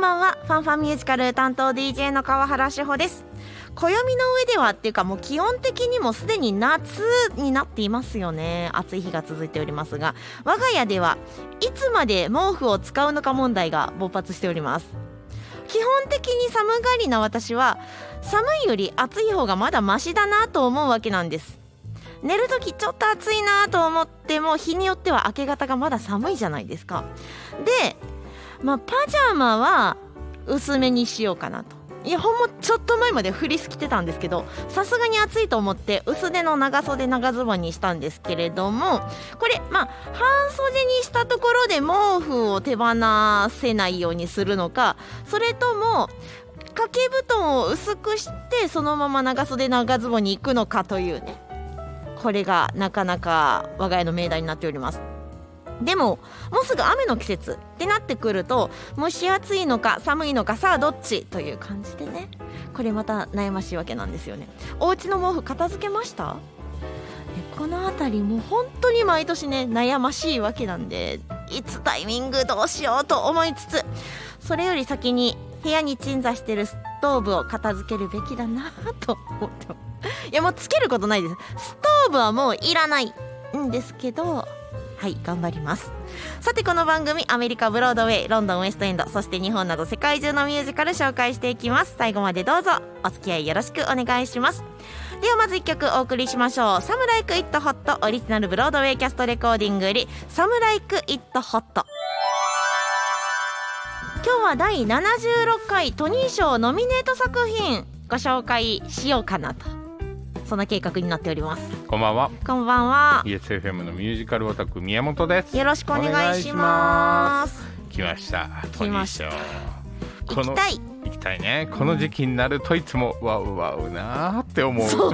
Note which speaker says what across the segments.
Speaker 1: ばんはファンファンミュージカル担当 DJ の川原志保です暦の上ではっていうかもう基本的にもすでに夏になっていますよね暑い日が続いておりますが我が家ではいつまで毛布を使うのか問題が勃発しております基本的に寒がりな私は寒いより暑い方がまだマシだなと思うわけなんです寝る時ちょっと暑いなと思っても日によっては明け方がまだ寒いじゃないですかで、まあ、パジャマは薄めにしようかなといやほんのちょっと前までフリス着てたんですけどさすがに暑いと思って薄手の長袖長ズボンにしたんですけれどもこれまあ半袖にしたところで毛布を手放せないようにするのかそれとも掛け布団を薄くしてそのまま長袖長ズボンに行くのかというねこれがなかなか我が家の命題になっておりますでももうすぐ雨の季節ってなってくると蒸し暑いのか寒いのかさあどっちという感じでねこれまた悩ましいわけなんですよねお家の毛布片付けましたねこの辺りもう本当に毎年ね悩ましいわけなんでいつタイミングどうしようと思いつつそれより先に部屋に鎮座してるストーブを片付けるべきだなと思ってますいやもうつけることないですストーブはもういらないんですけどはい頑張りますさてこの番組アメリカブロードウェイロンドンウエストエンドそして日本など世界中のミュージカル紹介していきます最後までどうぞお付き合いよろしくお願いしますではまず1曲お送りしましょう「サムライク・イット・ホット」オリジナルブロードウェイキャストレコーディングより「サムライク・イット・ホット」今日は第76回トニー賞ノミネート作品ご紹介しようかなとそんな計画になっております
Speaker 2: こんばんは。
Speaker 1: こんばんは
Speaker 2: ESFM のミュージカルオタク宮本です。
Speaker 1: よろしくお願いします
Speaker 2: 来ました。ト
Speaker 1: 来
Speaker 2: ニ
Speaker 1: ま
Speaker 2: ー
Speaker 1: し
Speaker 2: 賞。
Speaker 1: 行きたい
Speaker 2: 行きたいね。この時期になるといつもワウワウなーって思う。
Speaker 1: そう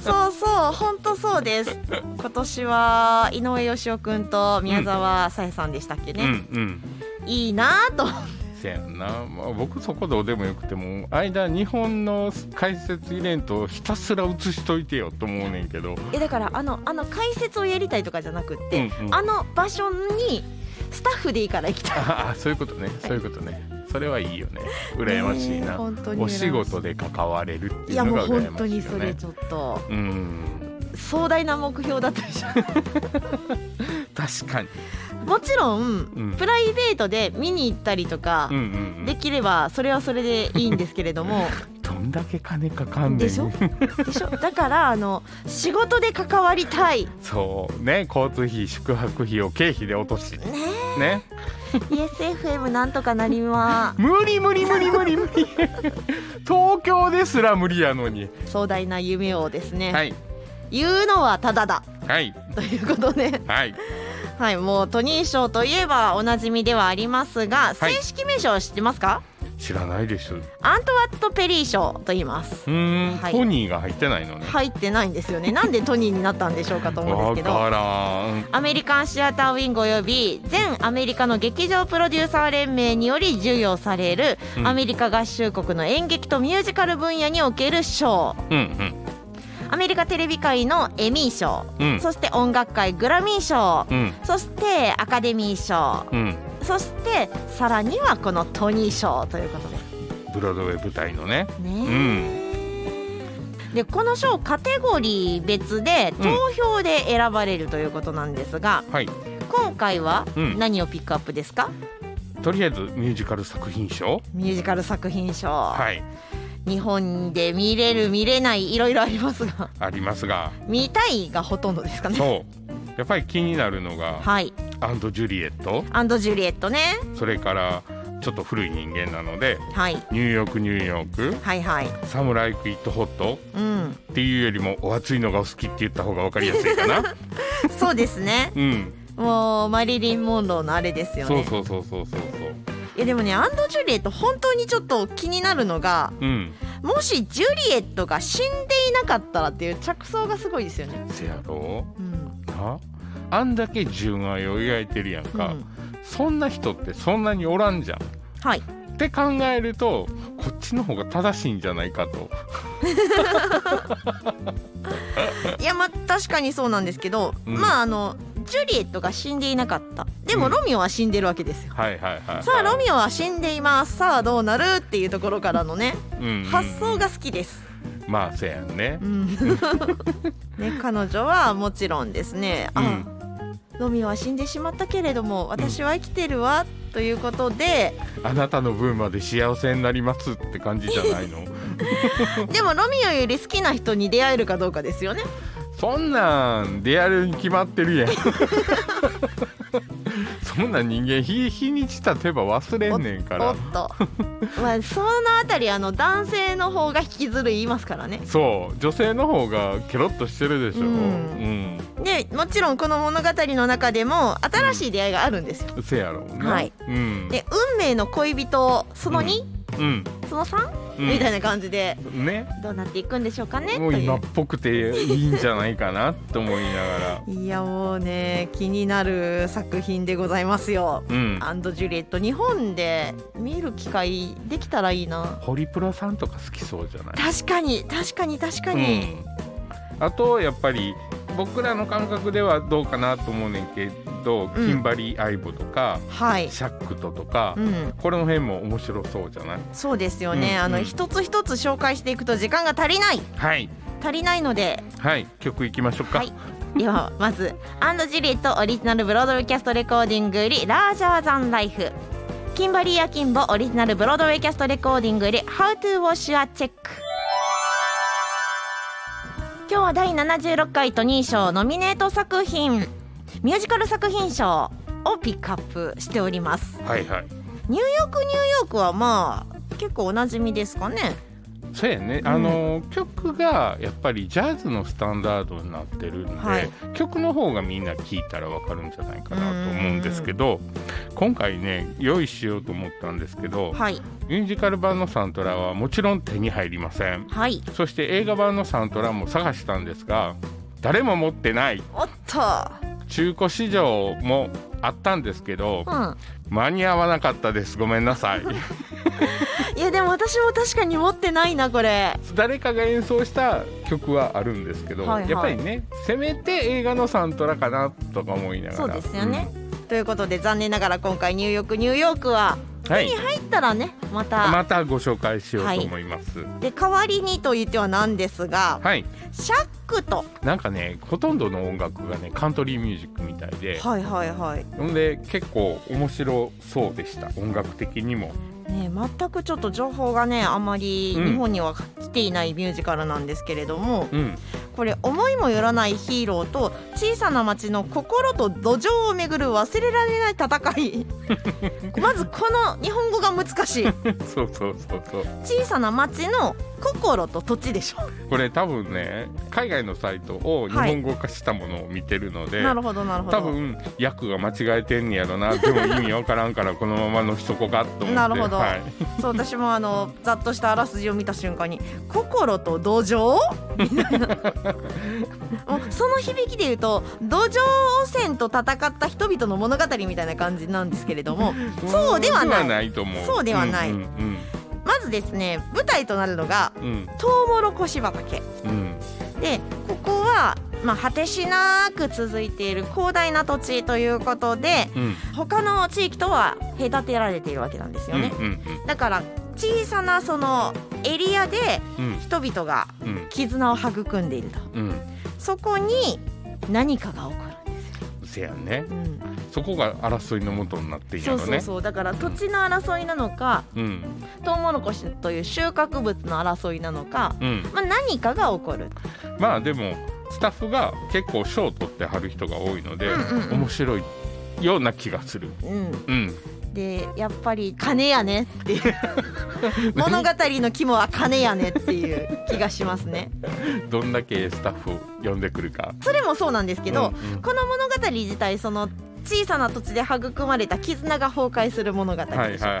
Speaker 1: そうそう本当そうです今年は井上芳雄君と宮沢さえさんでしたっけ
Speaker 2: う
Speaker 1: ね、
Speaker 2: んうん。
Speaker 1: いいなぁと
Speaker 2: せやんな、まあ、僕そこどうでもよくても間日本の解説イベントをひたすら映しといてよと思うねんけど、
Speaker 1: えだからあのあの解説をやりたいとかじゃなくって、
Speaker 2: うんうん
Speaker 1: あの場所にスタッフでいいから行きたい
Speaker 2: ああそういうことねそういうことねそれはいいよね羨ましい
Speaker 1: ねえ
Speaker 2: な、
Speaker 1: 本当に羨ま
Speaker 2: お
Speaker 1: しい
Speaker 2: 仕事で関われるっ
Speaker 1: い
Speaker 2: ていう
Speaker 1: や
Speaker 2: の
Speaker 1: もう
Speaker 2: が
Speaker 1: 本
Speaker 2: 羨
Speaker 1: 当
Speaker 2: まし
Speaker 1: に
Speaker 2: いよ
Speaker 1: それ
Speaker 2: ね
Speaker 1: ちょっと
Speaker 2: うん
Speaker 1: 壮大な目標だったじゃん
Speaker 2: 確かに
Speaker 1: もちろん、
Speaker 2: ん
Speaker 1: プライベートで見に行ったりとか
Speaker 2: うんうんうん
Speaker 1: できればそれはそれでいいんですけれども、
Speaker 2: どんだけ金かかんねん
Speaker 1: でしょ でしょだからあの仕事で関わりたいね
Speaker 2: そうね交通費宿泊費を経費で落としね
Speaker 1: ESFM なんとかなりま
Speaker 2: 無理無理無理無理無理 東京ですら無理やのに
Speaker 1: 壮大な夢をですね、
Speaker 2: はい
Speaker 1: 言うのはただだ
Speaker 2: はい
Speaker 1: ということで
Speaker 2: はい
Speaker 1: はいもうトニー賞といえばおなじみではありますが
Speaker 2: は
Speaker 1: 正
Speaker 2: い
Speaker 1: 式名称知ってますか、
Speaker 2: 知らないですう
Speaker 1: アントワット・ペリー賞と言います
Speaker 2: ーん、
Speaker 1: はい
Speaker 2: ポニーが入ってないのね
Speaker 1: 入ってないんですよねなんでトニーになったんでしょうかと思うん
Speaker 2: わ
Speaker 1: ですけど
Speaker 2: からん
Speaker 1: アメリカンシアターウィングおよび全アメリカの劇場プロデューサー連盟により授与される
Speaker 2: うん
Speaker 1: アメリカ合衆国の演劇とミュージカル分野における賞
Speaker 2: うん
Speaker 1: アメリカテレビ界のエミー賞、
Speaker 2: うん
Speaker 1: そして音楽界グラミー賞、
Speaker 2: うんうん
Speaker 1: そしてアカデミー賞
Speaker 2: うん
Speaker 1: そしてさらにはこのトニー賞ということで
Speaker 2: ブロードウェイ舞台のね
Speaker 1: すね。でこの賞カテゴリー別で
Speaker 2: うん
Speaker 1: 投票で選ばれるということなんですが、
Speaker 2: はい
Speaker 1: 今回は
Speaker 2: うん
Speaker 1: 何をピックアップですか、
Speaker 2: とりあえずミュージカル作品賞
Speaker 1: ミュージカル作品賞、
Speaker 2: はい
Speaker 1: 日本で見れる見れないいろいろありますが
Speaker 2: ありますが
Speaker 1: 見たいがほとんどですかね
Speaker 2: そうやっぱり気になるのが
Speaker 1: はい
Speaker 2: 「アンド・ジュリエット
Speaker 1: アンドジュリエットね、」
Speaker 2: それからちょっと古い人間なので
Speaker 1: はい、
Speaker 2: 「ニューヨークニューヨーク」
Speaker 1: はいはい
Speaker 2: 「サムライク・イット・ホット」
Speaker 1: うん
Speaker 2: っていうよりも「お熱いのがお好き」って言った方が分かりやすい かな。
Speaker 1: そうです ね
Speaker 2: うん、
Speaker 1: もうマリリン・モンローのあれですよね
Speaker 2: そうそうそうそうそうそう。
Speaker 1: いやでもねアンドジュリエット本当にちょっと気になるのが
Speaker 2: うん、
Speaker 1: もしジュリエットが死んでいなかったらっていう着想がすごいですよね
Speaker 2: せやろ
Speaker 1: うん、
Speaker 2: なあんだけ純愛を描いてるやん
Speaker 1: う
Speaker 2: か、
Speaker 1: ん、
Speaker 2: そんな人ってそんなにおらんじゃん。
Speaker 1: はい
Speaker 2: って考えるとこっちの方が正しいんじゃないかと。
Speaker 1: いやまあ確かにそうなんですけど、
Speaker 2: うん
Speaker 1: まああのジュリエットが死んでいなかったでも
Speaker 2: うん
Speaker 1: ロミオは死んでるわけですよ、
Speaker 2: はいはいはい、はい、
Speaker 1: さあロミオは死んでいますさあどうなるっていうところからのね
Speaker 2: うんうんうん
Speaker 1: 発想が好きです、
Speaker 2: まあせやんね
Speaker 1: う、 んね、彼女はもちろんですね、
Speaker 2: うん
Speaker 1: あロミオは死んでしまったけれども私は生きてるわ、ということで
Speaker 2: あなたの分まで幸せになりますって感じじゃな いの
Speaker 1: でもロミオより好きな人に出会えるかどうかですよね
Speaker 2: そんなん出会えるに決まってるやん そんなん人間日日にちたてば忘れんねんか
Speaker 1: お
Speaker 2: ら
Speaker 1: っと、まあ、そのあたりあの男性の方が引きずる言いますからね
Speaker 2: そう女性の方がケロッとしてるでし
Speaker 1: う
Speaker 2: ょうん
Speaker 1: ん、でもちろんこの物語の中でも新しい出会いがあるんですよ、
Speaker 2: せやろうな
Speaker 1: はい
Speaker 2: うん
Speaker 1: で運命の恋人その2、
Speaker 2: うん、
Speaker 1: その 3?
Speaker 2: うん
Speaker 1: みたいな感じで
Speaker 2: ね
Speaker 1: どうなっていくんでしょうかね
Speaker 2: もう
Speaker 1: という
Speaker 2: 今っぽくていいんじゃないかなと思いながら
Speaker 1: いやもうね気になる作品でございますよ。
Speaker 2: うん
Speaker 1: アンドジュリエット日本で見る機会できたらいいな。
Speaker 2: ホリプロさんとか好きそうじゃない
Speaker 1: 確かに確かに確かに。
Speaker 2: うん、あとやっぱり僕らの感覚ではどうかなと思うねんけど、
Speaker 1: うん
Speaker 2: キンバリー・アイボとか
Speaker 1: はい。
Speaker 2: シャックトとか、
Speaker 1: うん、
Speaker 2: これの辺も面白そうじゃない
Speaker 1: そうですよね、
Speaker 2: うんうん
Speaker 1: あの一つ一つ紹介していくと時間が足りない
Speaker 2: はい
Speaker 1: 足りないので
Speaker 2: はい曲いきましょうか
Speaker 1: はいではまず「アンド・ジュリエット」オリジナルブロードウェイキャストレコーディングより「ラージャー・ザン・ライフ」キンバリー・アキンボオリジナルブロードウェイキャストレコーディングより「How to Wash a Check」今日は第76回トニー賞ノミネート作品ミュージカル作品賞をピックアップしております
Speaker 2: はいはい
Speaker 1: ニューヨークニューヨークはまあ結構おなじみですかね
Speaker 2: そうやね、
Speaker 1: ん
Speaker 2: あの曲がやっぱりジャズのスタンダードになってるんで、
Speaker 1: はい
Speaker 2: 曲の方がみんな聴いたらわかるんじゃないかなと思うんですけど今回ね用意しようと思ったんですけど
Speaker 1: はい
Speaker 2: ミュージカル版のサントラはもちろん手に入りません
Speaker 1: はい
Speaker 2: そして映画版のサントラも探したんですが誰も持ってない
Speaker 1: おっと
Speaker 2: 中古市場もあったんですけど
Speaker 1: うん
Speaker 2: 間に合わなかったですごめんなさい
Speaker 1: いやでも私も確かに持ってないなこれ
Speaker 2: 誰かが演奏した曲はあるんですけど、
Speaker 1: はいはい
Speaker 2: やっぱりねせめて映画のサントラかなとか思いながら
Speaker 1: そうですよね、、ということで残念ながら今回ニューヨークニューヨークは
Speaker 2: うんはい
Speaker 1: 入ったらねまた、
Speaker 2: またご紹介しようと思いますはい、
Speaker 1: で代わりにと言ってはなんですが、シャックと
Speaker 2: なんかねほとんどの音楽がねカントリーミュージックみたいで
Speaker 1: はいはいはい
Speaker 2: ほんで結構面白そうでした音楽的にも
Speaker 1: ね全くちょっと情報がねあまり
Speaker 2: うん
Speaker 1: 日本には来ていないミュージカルなんですけれども、
Speaker 2: うん
Speaker 1: これ思いもよらないヒーローと小さな町の心と土壌をめぐる忘れられない戦 いまずこの日本語が難しい
Speaker 2: そうそうそうそう
Speaker 1: 小さな町の心と土地でしょ
Speaker 2: これ多分ね海外のサイトを日本語化したものを見てるので、
Speaker 1: なるほどなるほど
Speaker 2: 多分訳が間違えてんねやろなでも意味わからんからこのままのしとこかと思って
Speaker 1: なるほど
Speaker 2: はい、
Speaker 1: そう私もあのざっとしたあらすじを見た瞬間に「心と土 壌?」みたいなもうその響きで言うと土壌汚染と戦った人々の物語みたいな感じなんですけれどもそうではない
Speaker 2: と思う
Speaker 1: そうではない
Speaker 2: うんうん
Speaker 1: まずですね舞台となるのが
Speaker 2: うん
Speaker 1: トウモロコシ畑
Speaker 2: うん
Speaker 1: でここは、まあ、果てしなく続いている広大な土地ということで
Speaker 2: うん
Speaker 1: 他の地域とは隔てられているわけなんですよ
Speaker 2: うん
Speaker 1: ね。
Speaker 2: うん
Speaker 1: だから小さなそのエリアで
Speaker 2: うん
Speaker 1: 人々が
Speaker 2: うん
Speaker 1: 絆を育んでいると
Speaker 2: うん
Speaker 1: そこに何かが起こ
Speaker 2: うんせやね
Speaker 1: る、うん
Speaker 2: そこが争いの元になっている
Speaker 1: そ
Speaker 2: の
Speaker 1: う
Speaker 2: ね
Speaker 1: そうそうだから土地の争いなのか
Speaker 2: うん
Speaker 1: トウモロコシという収穫物の争いなのか、
Speaker 2: うん
Speaker 1: まあ、何かが起こる
Speaker 2: まあでもスタッフが結構賞を取ってはる人が多いので、
Speaker 1: うんうんうん
Speaker 2: 面白いような気がする
Speaker 1: うん
Speaker 2: うん
Speaker 1: でやっぱり金やねっていう 物語の肝は金やねっていう気がしますね
Speaker 2: どんだけスタッフを呼んでくるか。
Speaker 1: それもそうなんですけど、
Speaker 2: うんうん
Speaker 1: この物語自体その小さな土地で育まれた絆が崩壊する物語でしょ、
Speaker 2: はいはいはいはい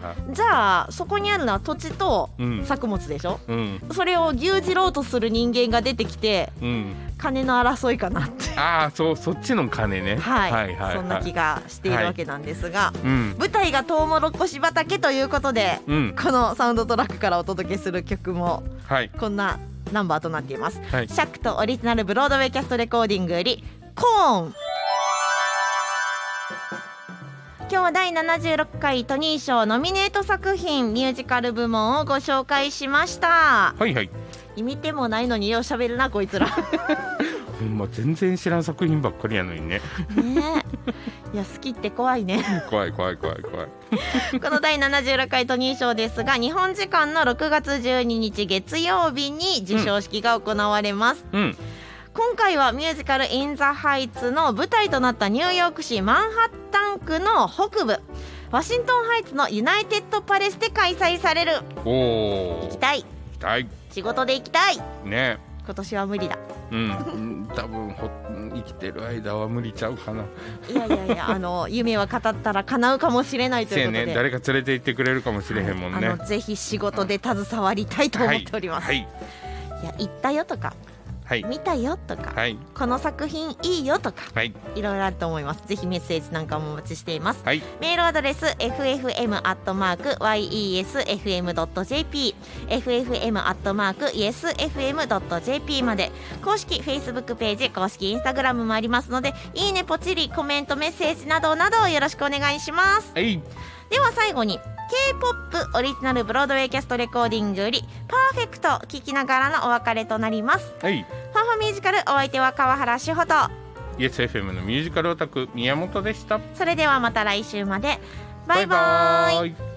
Speaker 2: は
Speaker 1: じゃあそこにあるのは土地と
Speaker 2: い。うん。
Speaker 1: 作物でしょ
Speaker 2: うん。
Speaker 1: それを牛耳ろうとする人間が出てきて
Speaker 2: うん。
Speaker 1: 金の争いかな って
Speaker 2: ああ、そう、そっちの金ね。
Speaker 1: はい、
Speaker 2: はいはい、はい。
Speaker 1: そんな気がしているわけなんですが、
Speaker 2: うん。
Speaker 1: 舞台がトウモロコシ畑ということで
Speaker 2: うん。
Speaker 1: このサウンドトラックからお届けする曲も
Speaker 2: はい。
Speaker 1: こんなナンバーとなっています、
Speaker 2: はい
Speaker 1: シャックとオリジナルブロードウェイキャストレコーディングより「コーン」今日第76回トニー賞ノミネート作品ミュージカル部門をご紹介しました
Speaker 2: はいはい
Speaker 1: 意味でもないのにようしゃべるなこいつらね
Speaker 2: ほんま全然知らん作品ばっかりやのにね
Speaker 1: えいや好きって怖いね
Speaker 2: 怖い怖い怖い怖い
Speaker 1: この第76回トニー賞ですが日本時間の6月12日月曜日に授賞式が行われます、
Speaker 2: うん
Speaker 1: 今回はミュージカル「イン・ザ・ハイツ」の舞台となったニューヨーク市マンハッタン区の北部ワシントンハイツのユナイテッド・パレスで開催される
Speaker 2: お
Speaker 1: 行き
Speaker 2: お
Speaker 1: たい
Speaker 2: 期待
Speaker 1: 仕事で行きたい
Speaker 2: ね
Speaker 1: 今年は無理だ
Speaker 2: うん多分ほ生きてる間は無理ちゃうかない
Speaker 1: やいやい やあの夢は語ったら叶うかもしれないと
Speaker 2: せ
Speaker 1: いう
Speaker 2: や
Speaker 1: ことで
Speaker 2: ね誰か連れて行ってくれるかもしれへんもんね
Speaker 1: あのぜひ仕事で携わりたいと思っております、
Speaker 2: はいい
Speaker 1: や行ったよとか
Speaker 2: はい
Speaker 1: 見たよとか、
Speaker 2: はい
Speaker 1: この作品いいよとか
Speaker 2: はい
Speaker 1: いろいろあると思いますぜひメッセージなんかもお待ちしています
Speaker 2: はい
Speaker 1: メールアドレス ffm.yesfm.jp ffm.yesfm.jp まで公式 Facebook ページ公式 Instagram もありますのでいいねポチリコメントメッセージなどなどよろしくお願いします
Speaker 2: はい
Speaker 1: では最後に K-POP オリジナルブロードウェイキャストレコーディングよりパーフェクト聞きながらのお別れとなります
Speaker 2: はい
Speaker 1: ファンファミュージカルお相手は川原志穂と
Speaker 2: YesFM のミュージカルオタク宮本でした
Speaker 1: それではまた来週までバイバイ
Speaker 2: バイバイ